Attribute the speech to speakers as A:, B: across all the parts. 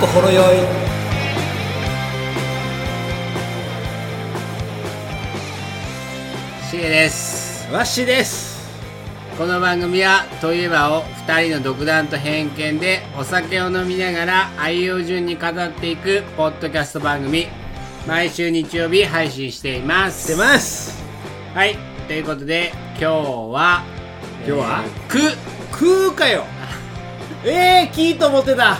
A: 心よい
B: しげです
A: わっしーです
B: この番組は「といえば」を2人の独断と偏見でお酒を飲みながら愛用順に語っていくポッドキャスト番組毎週日曜日配信しています
A: 出ます
B: はいということで今日は
A: 今日は
B: えーく
A: 食うかよええー、キーと思ってた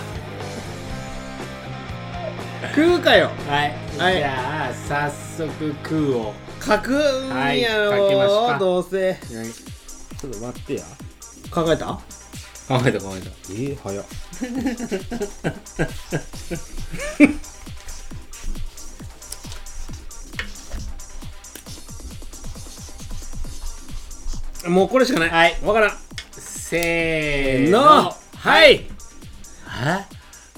A: 食うかよ
B: はい、
A: はい
B: じゃあ早速くを
A: 書くんやろ、
B: はい書きましょうか
A: どうせ
B: 考
A: ちょっと待ってや考えた
B: えた考え
A: え
B: た
A: ー、早っもうこれしかない
B: はい
A: 分からん
B: せー
A: の
B: の
A: はい
B: え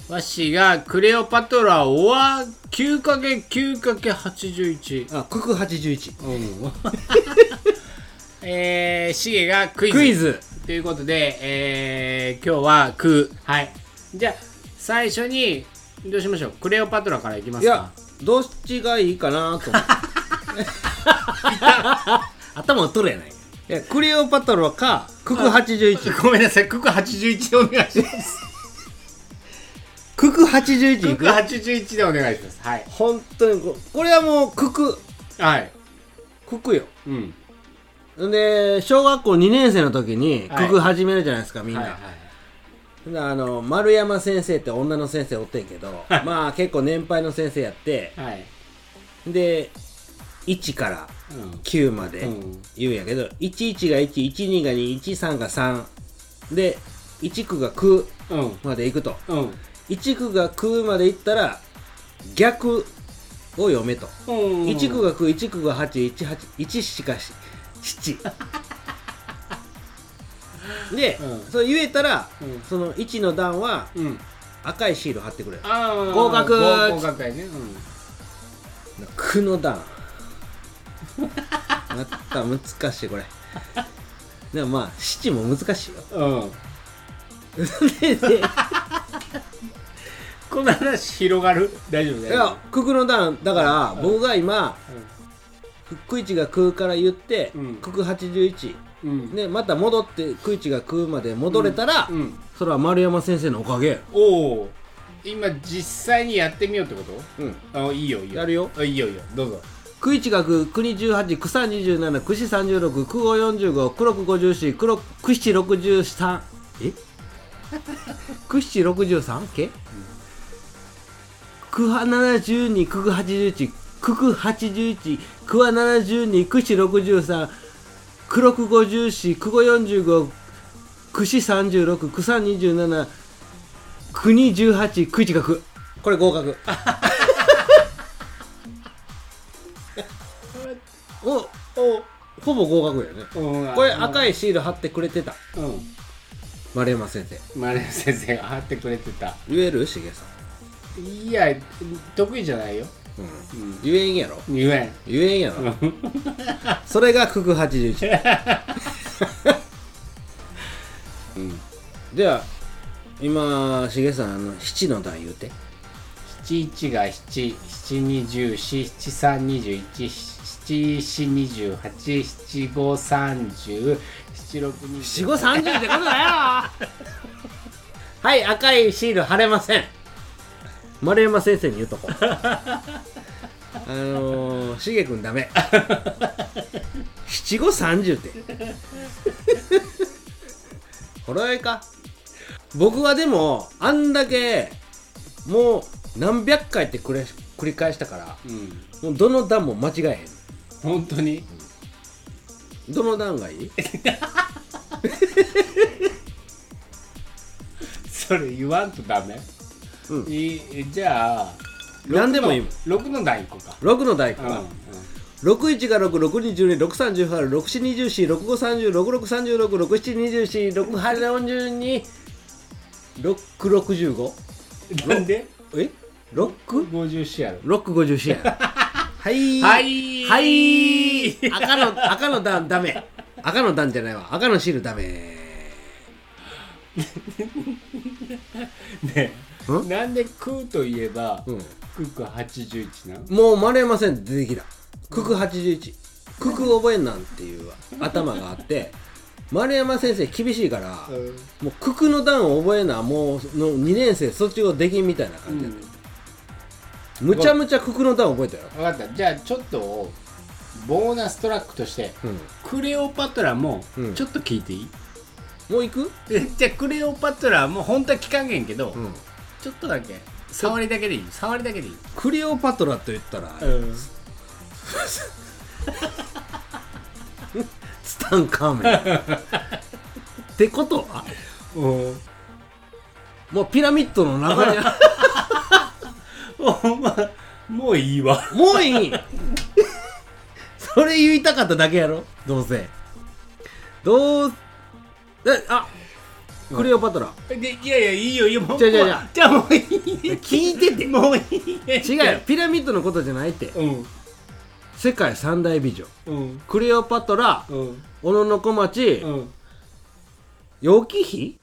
B: わしがクレオパトラは 9×9×81
A: あ九九八十一
B: えー、シゲがクイズ
A: クイズ
B: ということで、えー、今日はクはいじゃあ最初にどうしましょうクレオパトラからいきま
A: い
B: すか
A: やどっちが いいかなと思って頭を取るやないいやクレオパトラか九九八十一
B: ごめんなさいクク81でお願いします
A: 九九八十一い
B: クク
A: く
B: 81でお願いしますはい
A: 本当にここれはもう九九
B: はい
A: 九九よ
B: うん
A: で小学校2年生の時に
B: はい
A: 九九始めるじゃないですかみんな、
B: はいはい
A: であの丸山先生って女の先生おってんけどまあ結構年配の先生やって
B: はい
A: で1から
B: うん
A: 9まで
B: うん
A: 言うんやけど、11が112が213が3で19が9
B: うん
A: まで行くと
B: うん
A: 19が9まで行ったら逆を読めと、
B: うん
A: 一区が9、一区が8、一八一しかし七。で、
B: うん
A: それ言えたら、
B: うん
A: その一の段は
B: うん
A: 赤いシール貼ってくれる。
B: あー
A: 合格
B: 合合格やねう
A: 九の 段。また難しいこれ。でもまあ七も難しいよ。
B: んうん
A: でで
B: この話広がる大丈夫
A: い
B: だ
A: や
B: よ
A: 九九の段だから、
B: うん
A: 僕が今九一が九から言って
B: うん
A: 九九八十一
B: うん
A: でまた戻って九一が九まで戻れたら、
B: うん
A: それは丸山先生のおかげ。
B: おお今実際にやってみようってこと
A: うん。
B: あいいよいいよ
A: やるよ
B: あいいよいいよどうぞ
A: 九一が九、九二十八、九三二十七、九四三十六、九五四十五、九六五十四、九六九七六十三。え？九七六十三け？九八七十二、九九八十一、九九八十一、九八七十二、九七六十三、九六五十四、九五四十五、九四三十六、九三二十七、九二十八、九一が九。これ合格。お
B: お
A: ほぼ合格やね。
B: うん
A: これ赤
B: い
A: いシール貼ってくれてた
B: うん
A: 丸山先生
B: 丸山先生が貼ってくれてた
A: 言えるしげさん、
B: いや得意じゃないよ
A: うん、
B: うん
A: 言えんやろ
B: 言えん
A: 言えんやろそれが九九八十一
B: うん
A: では今しげさんあの七の段言うて
B: 七一が七七二十四七三二十一七四二十八七五三十七六二
A: 四
B: 十
A: 五三十 ってことだよはい赤いシール貼れません丸山先生に言うと こあのー、しげくんダ メ七五三十ってほろ酔いか僕はでもあんだけもう何百回ってくれ繰り返したから
B: うん
A: もうどの段も間違え
B: 本当に
A: へんどの段がいい
B: それ言わんとダメ
A: うん
B: いじゃあ
A: 何でもいいもん
B: 6の段いこうか
A: 6の台か
B: うん
A: な、61が662638642465365363636672468426665
B: うんなんで
A: え六
B: 50やろ
A: ?654 やはい
B: はい
A: はい赤の赤の段ダメ赤の段じゃないわ赤の汁ダメ
B: ね
A: ん
B: なんで空といえば、
A: うん
B: クック81なの
A: もう丸山線出てきた九九81九九覚えんなんていう頭があって丸山先生厳しいから、もう九九の段を覚えなもうの2年生卒業できんみたいな感じやった、むちゃむちゃ九九の段覚えたよ、
B: 分かったじゃあちょっとボーナストラックとして
A: うん、
B: クレオパトラも
A: うん
B: ちょっと聞いていい、
A: もう行く、
B: じゃあクレオパトラも本当は聞かんげんけど、
A: うん、
B: ちょっとだけ触りだけでいい触りだけでいい、
A: クレオパトラと言ったら、ツタンカーメンってことは
B: うん
A: もうピラミッドの中にあ
B: お前もういいわ
A: もういいそれ言いたかっただけやろどうせどうえあクレオパトラ
B: でいやいやいいよいいよもう
A: 違う違う違う
B: じゃあもういい
A: 聞いてて
B: もういいね
A: 違うよピラミッドのことじゃないって
B: うん
A: 世界三大美女
B: うん
A: クレオパトラ
B: うん
A: 小野小町
B: うん
A: 楊貴妃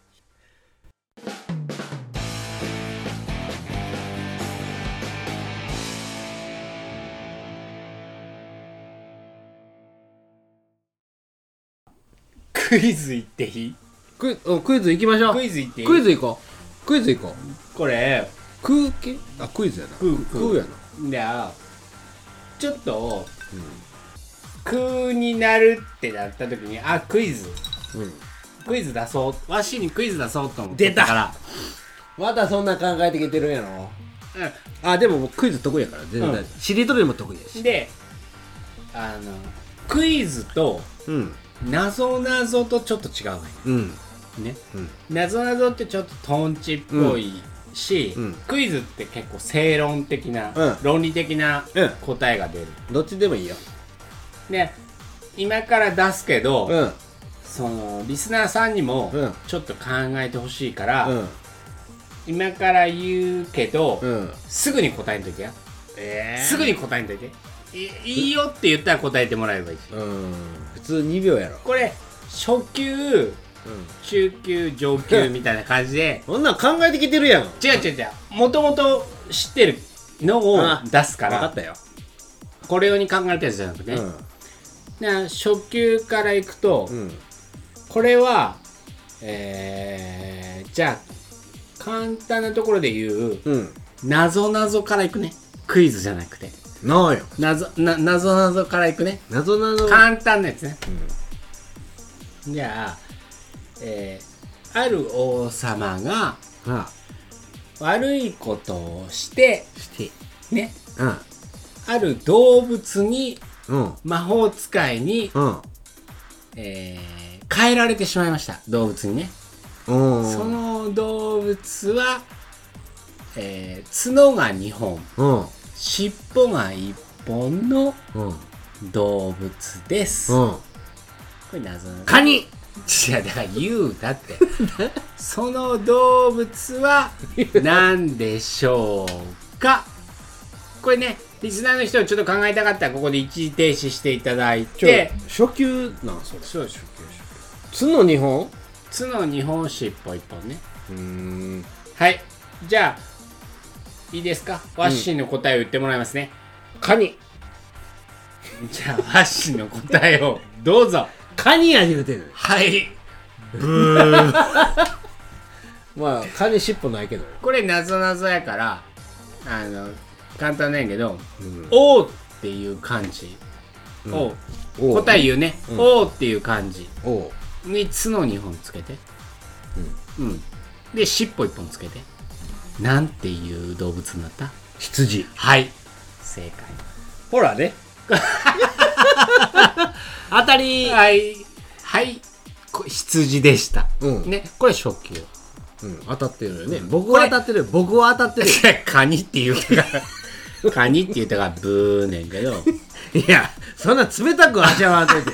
B: クイズ行っていい
A: クイおクイズ行きましょう
B: クイズ行っていい
A: クイズ行こうクイズ行こう
B: これ
A: 空気あクイズやな
B: 空空
A: 空やな
B: じゃあちょっと、空になるってなった時にあクイズ
A: う
B: クイズ出そうわしにクイズ出そうと思ってたから
A: んまたそんな考えてきてるんやろ
B: 出た、
A: あでも僕クイズ得意やから全然大丈夫、
B: うん
A: しりとりも得意や
B: うん、
A: し
B: であのクイズと
A: うん
B: なぞなぞとちょっと違う
A: うん
B: のよね
A: うん
B: なぞなぞってちょっとトンチっぽいし、
A: うんうん
B: クイズって結構正論的な、
A: うん
B: 論理的な
A: うん
B: 答えが出る、
A: どっちでもいいよ
B: で今から出すけど、
A: うん
B: そのリスナーさんにも
A: うん
B: ちょっと考えてほしいから、
A: うん
B: 今から言うけど、
A: うん
B: すぐに答えんといてや、
A: え
B: すぐに答えんといていいいよって言ったら答えてもらえばいいし
A: うん普通2秒やろ
B: これ初級
A: うん
B: 中級上級みたいな感じで
A: そんなん考えてきてるやん
B: 違う違う違うもともと知ってるのを
A: あ
B: 出すか
A: 分からったよ、
B: これ用に考えたやつじゃなくてね、な初級からいくと、
A: うんうん
B: これはえー、じゃあ簡単なところで言う
A: うん
B: なぞなぞからいくねクイズじゃなくて
A: なんよ
B: なぞななぞなぞからいくね
A: 謎なの
B: 簡単なやつね、じゃあ、えーある王様が
A: あ
B: 悪いことをして
A: して
B: ね
A: うん
B: ある動物に
A: うん
B: 魔法使いに、
A: うん
B: えー変えられてしまいました動物にね、
A: うん
B: その動物は、えー角が2本
A: うん
B: 尻尾が1本の
A: うん
B: 動物です、こ
A: うん
B: れ謎の
A: カニ
B: いやだから言うだって その動物は何でしょうかこれねリスナーの人をちょっと考えたかったらここで一時停止していただいて
A: 初級なんそれ
B: そうでしょ
A: 角2本
B: 角2本尻尾1本ね
A: うーん
B: はいじゃあいいですかワッシーの答えを言ってもらいますね、
A: カニ
B: じゃあワッシーの答えを どうぞ
A: カニや言うてる
B: はい
A: まあカニ尻尾ないけど
B: これなぞなぞやからあの簡単なんやけど
A: うん
B: 「おう」っていう漢字を、答え言うね「
A: うん
B: おう」っていう漢字
A: おう
B: に「つ」の2本つけてうん、で尻尾1本つけてなんていう動物になった
A: 羊
B: はい正
A: ほらね当たり
B: 解はいはいこ羊でした、
A: うん
B: ねこれ初級
A: うん当たってるよね僕は当たってるよ僕は当たってるよ
B: カニって言うたから カニって言うたからブーねんけど
A: いやそんな冷たく味わわんといて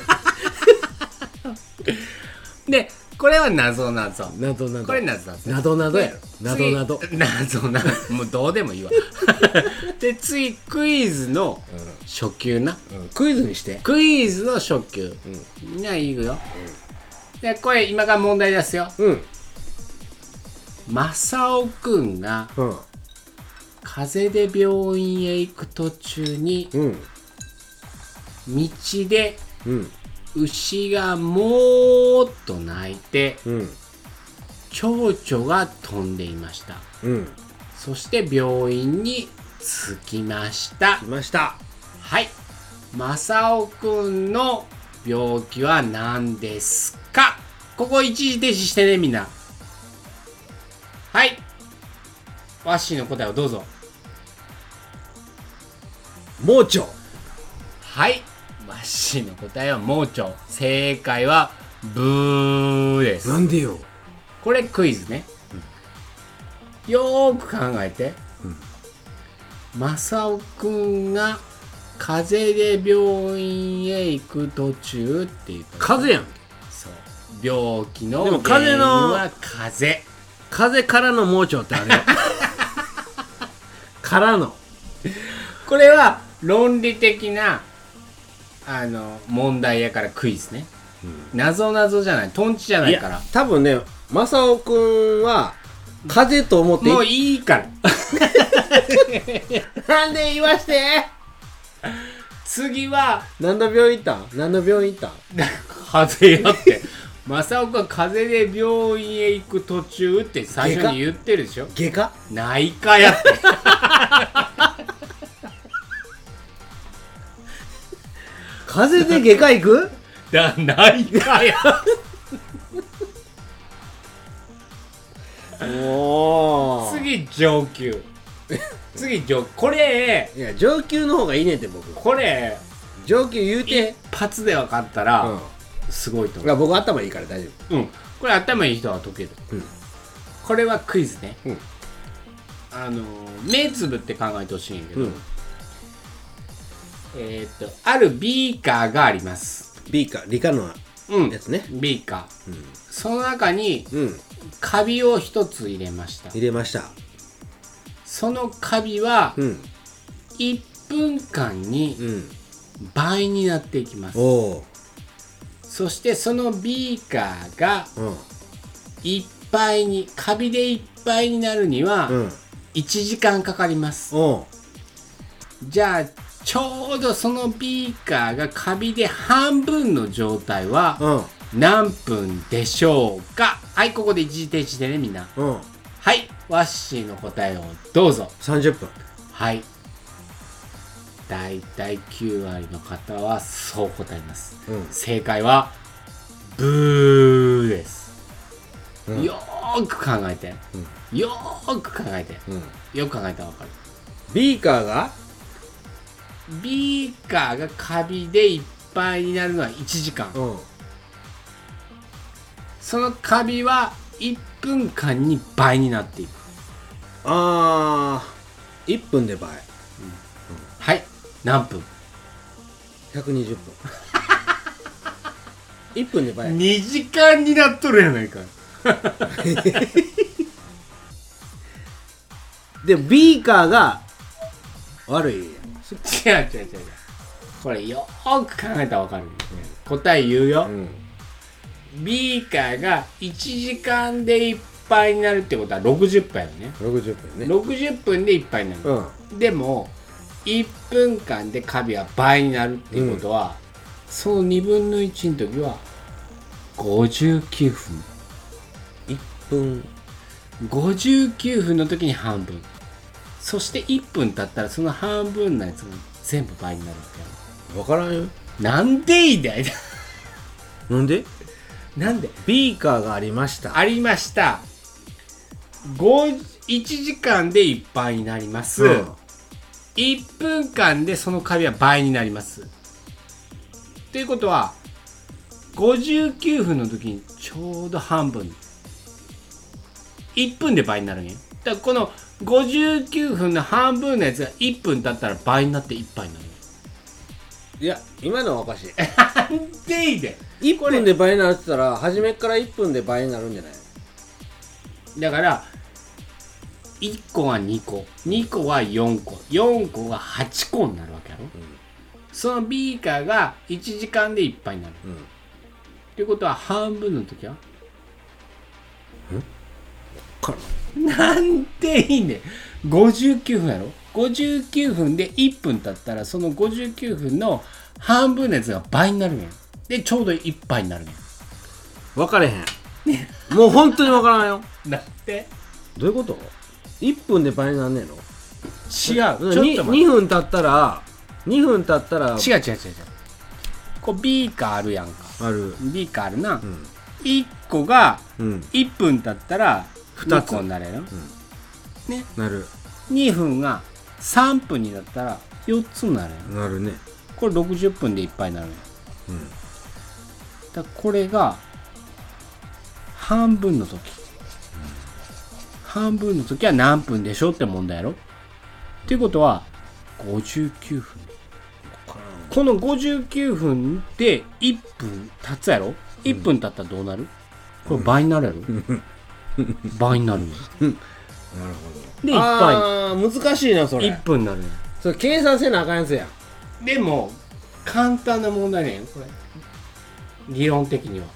B: でこれは謎謎
A: などなど
B: これ謎謎
A: などなどやろなどなど
B: 次謎なもうどうでもいい わで次クイズの初級な
A: クイズにして
B: クイズの初級、じゃあいくよ、でこれ今から問題ですよ
A: うん
B: マサオくんが
A: うん
B: 風邪で病院へ行く途中に
A: うん
B: 道で
A: うん
B: 牛がもーっと鳴いて
A: うん
B: 蝶々が飛んでいました
A: うん
B: そして病院に着きました
A: 来ました
B: はいマサオくんの病気は何ですかここ一時停止してねみんなはいワッシーの答えをどうぞ
A: 盲腸
B: はい。マッシーの答えは盲腸。正解は、ブーです。
A: なんでよ
B: これクイズね。よーく考えて。マサオくんが、風邪で病院へ行く途中っていうか、
A: 風邪やん
B: そう。病気の
A: で
B: 原
A: も風
B: 因
A: の
B: は風邪。
A: 風からの盲腸ってあるよ からの
B: これは論理的なあの問題やからクイズね。なぞなぞじゃない。トンチじゃないから。
A: 多分ね正雄くんは風邪と思って
B: もういいから。
A: なんで言わして
B: 次は、
A: 何の病院行ったん何の病院行ったん
B: 風邪やって。正岡は風邪で病院へ行く途中って最初に言ってるでしょ。
A: 外科
B: 内科やって。
A: 風邪で外科行く
B: だ内 科や。
A: おー
B: 次上級。次上級。これ、
A: いや上級の方がいいねんって僕
B: これ、
A: 上級言う
B: 一
A: て
B: 発で分かった
A: うん
B: ら、すごいと
A: い
B: 思
A: や僕頭いいから大丈
B: う。うん。これ頭いい人は解ける。
A: うん
B: これはクイズね。
A: 夫うん
B: あの、目つぶって考えてほしいんやけど、
A: うん
B: えーっと、あるビーカーがあります。
A: B か理科の
B: うん
A: や。つね
B: ビーカ
A: う
B: ー。
A: ん
B: その中に
A: うん
B: カビを一つ入れました。
A: 入れました
B: そのカビは
A: うん
B: 1分間に
A: うん
B: 倍になっていきます。
A: おお
B: そしてそのビーカーが
A: うん
B: いっぱいに、カビでいっぱいになるには
A: うん
B: 1時間かかります。
A: お
B: じゃあ、ちょうどそのビーカーがカビで半分の状態は、
A: うん
B: 何分でしょうかはい、ここで一時停止でね、みんな。
A: うんうん
B: はい、ワッシーの答えをどうぞ。
A: 30分
B: はい。だいたい9割の方はそう答えます。
A: うん
B: 正解は、ブーです。
A: うん
B: よーく考えて。よーく考えて。
A: うん
B: よく考えたらわかる。
A: ビーカーが
B: ビーカーがカビでいっぱいになるのは1時間。
A: うん
B: そのカビは1分間に倍になっていく。
A: あー1分で倍
B: はい、何分
A: 120分1分で倍
B: 2時間になっとるやないか
A: でビーカーが悪い
B: 違う違う違う違うこれよーく考えたらわかる、答え言うよ、
A: ん
B: ビーカーが1時間でいっぱいになるってことは60分よね
A: 60分ね
B: 60分でいっぱいにな
A: う
B: る、
A: ん
B: でも1分間でカビは倍になるっていうことは、その2分の1の時は59分
A: 1分
B: 59分の時に半分そして1分経ったらその半分のやつが全部倍になるわけ
A: 分
B: よ
A: からんよ
B: なんでいいだい
A: なんで
B: なんで
A: ビーカーがありました
B: ありました1時間でいっぱいになります、
A: うん
B: 1分間でそのカビは倍になりますということは59分の時にちょうど半分1分で倍になるんやだからこの59分の半分のやつが1分経ったら倍になって1杯になる
A: いや今のはおかしい
B: なんでいで
A: 1分で倍になるって言ったら初めから1分で倍になるんじゃない
B: だから1個は2個2個は4個4個が8個になるわけやろ、そのビーカーが1時間でいっぱいになる
A: うん
B: っていうことは半分の時は
A: からん
B: なんていいね59分やろ59分で1分経ったらその59分の半分のやつが倍になるねんでちょうど1杯になるね
A: 分かれへんもう本当に分からんよ
B: んなんて
A: どういうこと1分で倍になんねえの
B: 違うちょっと待
A: に
B: って
A: 2分経ったら2分経ったら
B: 違う違う違う違うこうビーカーあるやんか
A: ある
B: ビーカーあるな、
A: ん
B: 一1個が
A: うん
B: 1分経ったら
A: 二
B: 2
A: つ
B: 個になるやろ、ね
A: なる
B: 2分が3分になったら4つになるやろ
A: なるね
B: これ60分でいっぱいになるやろ
A: うん
B: だからこれが半分の時、半分の時は何分でしょって問題やろっていうことは59分この59分で1分経つやろ1分経ったらどうなる、これ倍になるやろ、倍 になるよ
A: なる
B: で1
A: あー難しいなそ
B: 杯
A: れ
B: 1分になるよ
A: それ計算せなあかんやつや
B: でも簡単な問題ねこれ理論的には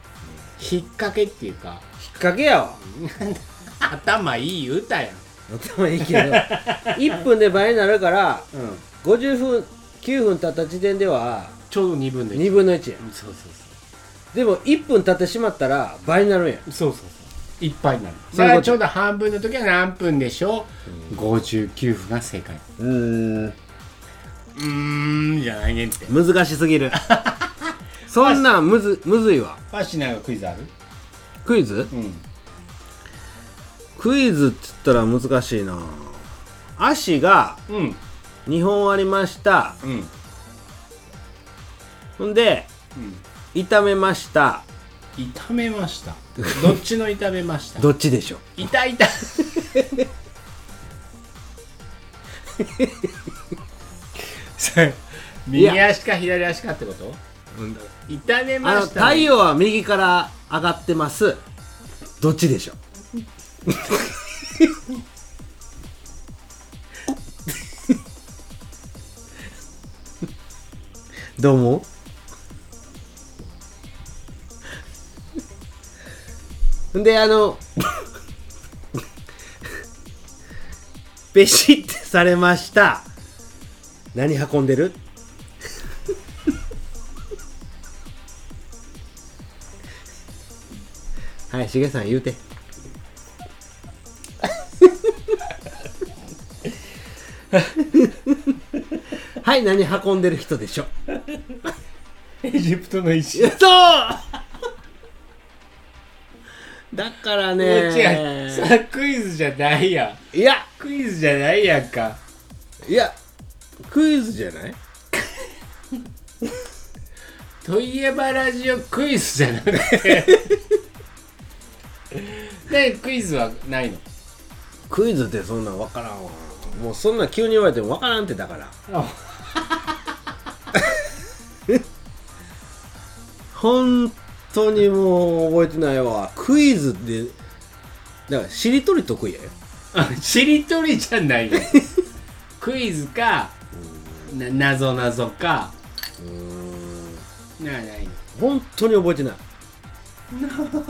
B: 引っ掛けっていうか
A: 引っ掛けやわ
B: 頭いい言うたやん
A: 頭いい けど1分で倍になるから
B: うん
A: 50分9分経った時点では
B: ちょうど2分の1
A: 2分の1や
B: うんそうそう
A: でも1分経ってしまったら倍になるんや
B: そうそうそうそういっぱいになる
A: そういうこと
B: だからちょうど半分の時は何分でしょう、59分が正解
A: うん
B: うーんじゃないねって
A: 難しすぎるそんなんむずむずいわ
B: ファシナがクイズある
A: クイズ
B: うん
A: クイズっつったら難しいな足が
B: うん
A: 2本ありました
B: うんうん
A: ほんで炒めました
B: 炒めましたどっちの炒めました
A: どっちでしょう
B: 痛い痛いそ れ右足か左足かってこと痛め
A: あ
B: ま
A: の
B: した
A: 太陽は右から上がってますどっちでしょう どうもであ のペシってされました何運んで るはいしげさん言うてはい何運んでる人でしょ
B: エジプトの石
A: そう だから
B: もう
A: ね
B: 違うさクイズじゃないやん
A: いや
B: クイズじゃないやんか
A: いやクイズじゃない
B: といえばラジオクイズじゃなく てでクイズはないの
A: クイズってそんなん分からんわもうそんなん急に言われても分からんってだから本当にもう覚えてないわクイズってだからしりとり得意やよ
B: あしりとりじゃないのクイズかななぞなぞかなない
A: 本当に覚えてない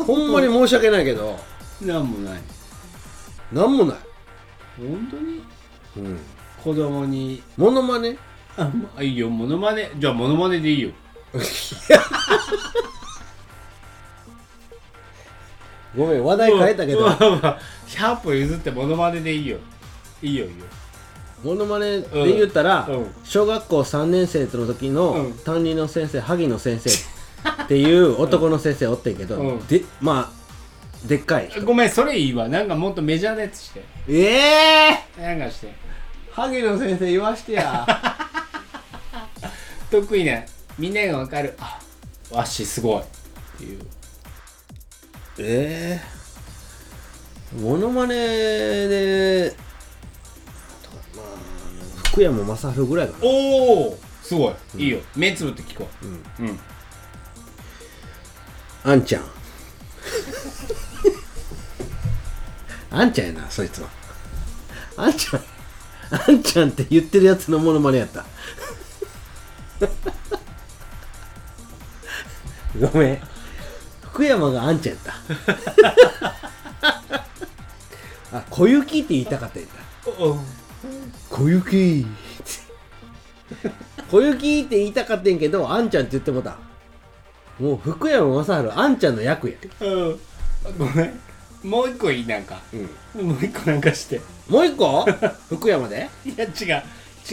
A: ほんまに申し訳ないけど
B: のなんもない
A: なんもない
B: 本当に
A: うん
B: 子供に
A: モノマネ
B: あまあいいよモノマネじゃあモノマネでいいよ
A: ごめん話題変えたけ
B: う
A: ど
B: んうん100歩譲ってモノマネでいいよいいよいいよ
A: モノマネで言ったら、
B: うんうん
A: 小学校3年生の時
B: う
A: の
B: ん
A: 担任の先生萩野先生っていう男の先生おってんけど、
B: うん
A: でまあでっかい人
B: ごめんそれいいわなんかもっとメジャーなやつして
A: ええ
B: なんかして
A: ー、萩野先生言わしてや
B: 得意なみんながわかるあわしすごいっていう
A: ええー、モノマネでとかまあ福山雅治ぐらいかな
B: おおすごい、いいよ目つぶって聞こううん、
A: あんちゃん あんちゃんやなそいつはあんちゃんあんちゃんって言ってるやつのモノマネやった ごめん福山があんちゃんやった あ小雪って言いたかったんだ小雪小雪って言いたかってんけどあんちゃんって言ってもたもう福山雅治あんちゃんの役や
B: うんごめんもう一個いいなんか、もう一個なんかして
A: もう一個福山で
B: いや違う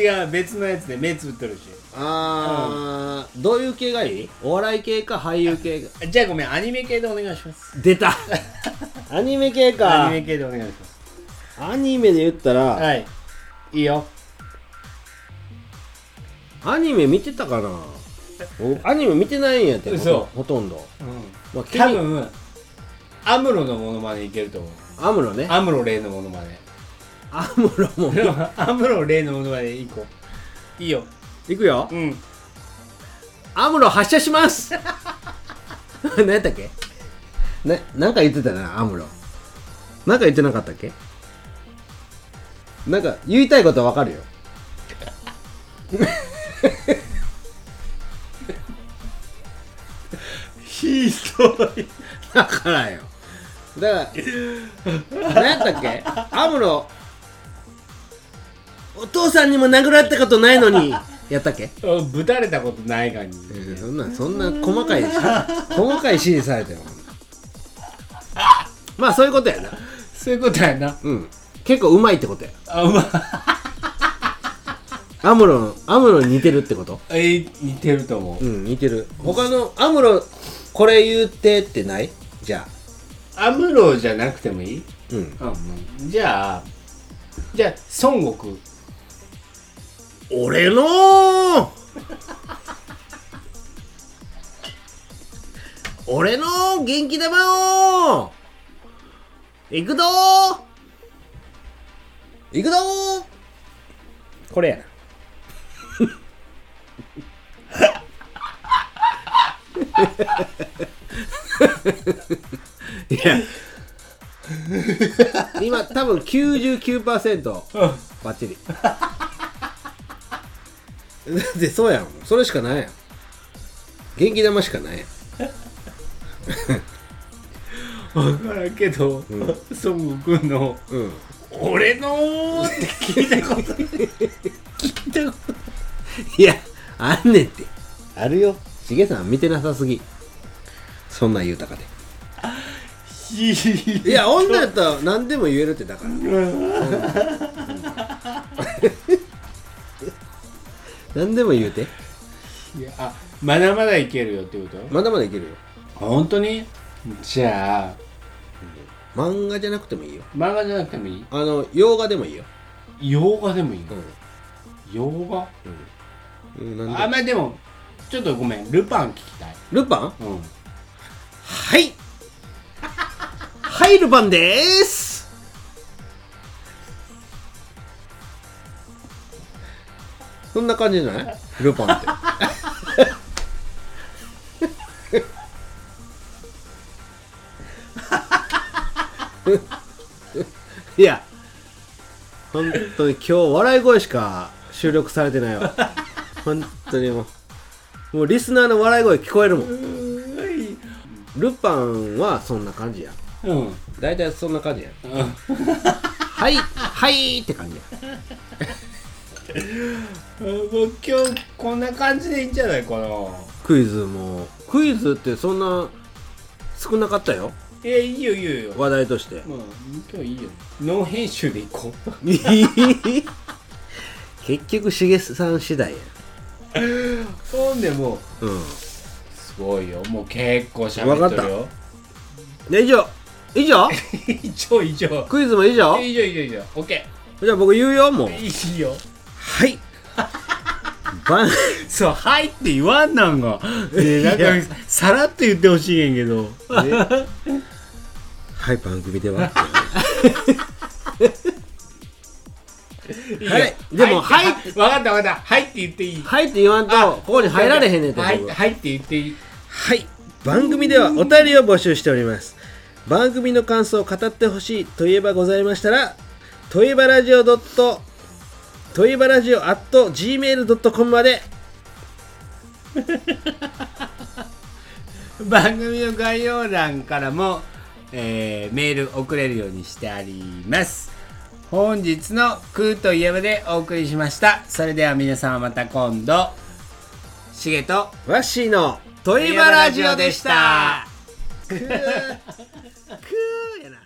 B: 違う別のやつで目つぶってるし
A: あー、どういう系がいいお笑い系か俳優系が
B: あじゃあごめんアニメ系でお願いします
A: 出たアニメ系か
B: ア
A: ア
B: ニメ
A: ニ
B: 系でお願いします
A: メで言ったら、
B: はいいいよ
A: アニメ見てたかなおアニメ見てないんやってほと
B: 嘘
A: ほとんど、
B: うん
A: まあ、
B: 多分アムロのモノマネいけると思う
A: アムロね
B: アムロレイのモノ マネ
A: アムロも
B: アムロレイのモノマネいこういいよ
A: いくよ
B: うん
A: アムロ発射します 何やったっけななんか言ってたなアムロなんか言ってなかったっけなんか言いたいことわかるよ
B: ひどい
A: だからよだから何やったっけアムロお父さんにも殴られたことないのにやったっけ
B: ぶたれたことない感じ
A: えーそんなそんな細かい細かい指示されてもまあそういうことやな
B: そういうことやな
A: うん結構うまいってことや
B: あうま
A: アムロのアムロに似てるってこと
B: いえー似てると思う
A: うん似てる他のアムロこれ言ってってないじゃあ
B: アムロじゃなくてもいい
A: うん
B: うんじゃあじゃあ孫悟空
A: 俺の 俺の元気玉を行くぞ行くぞこれやな
B: いや
A: 今多分99%バッチリだってそうやんそれしかないやん元気玉しかないやん
B: 分からんけど、孫悟空の
A: うん
B: 「俺のー」って聞いたことない聞いたことない
A: いやあんねんってあるよしげさん見てなさすぎそんな豊かで
B: ひ
A: いや女やったら何でも言えるってだから何でも言うて
B: いやあまだまだいけるよってこと、
A: まだまだいけるよ
B: 本当にじゃあ
A: 漫画じゃなくてもいいよ
B: 漫画じゃなくてもい
A: あの洋画でもいいよ
B: い洋画でもいいの
A: う
B: 洋画
A: ん、うん、なんで
B: あまあでもちょっとごめんルパン聞きたい
A: ルパン
B: うん
A: はいはいルパンでーすそんな感じじゃないルパンっていや本当に今日笑い声しか収録されてないわ本当にもうもうリスナーの笑い声聞こえるもんルパンはそんな感じや
B: うんうん
A: 大体そんな感じやはいはいって感じや
B: もう今日こんな感じでいいんじゃないかな
A: クイズもクイズってそんな少なかったよ
B: えいいよいいよいいよ
A: 話題と して
B: うん今日いいよノー編集でいこ う
A: 結局しげさん次第や
B: ほんでも
A: うん
B: うすごいよもう結構喋ってるよ
A: で以上以上
B: 一応一応
A: クイズも以上
B: 以上以上以上オッケ
A: じゃあ僕言うよもう
B: ーいいよ
A: はいばん
B: そう「はい」って言わんなんが、ね、
A: い
B: なんかさらっと言ってほしいんやけど
A: はい番組では
B: いよ
A: でもはい
B: って分かった分かった「はい」って言っていい
A: はいって言わんとここに入られへんねんて
B: はい
A: 僕は
B: はいって言っていい
A: はい番組ではお便りを募集しております番組の感想を語ってほしいといえばございましたらといえばラジオドットといえばラジオ at gmail.com まで
B: 番組の概要欄からもえーメール送れるようにしてあります本日の「空といえば」でお送りしましたそれでは皆様また今度しげと
A: ワッシーの
B: 「といえばラジオ」でした
A: クークーやな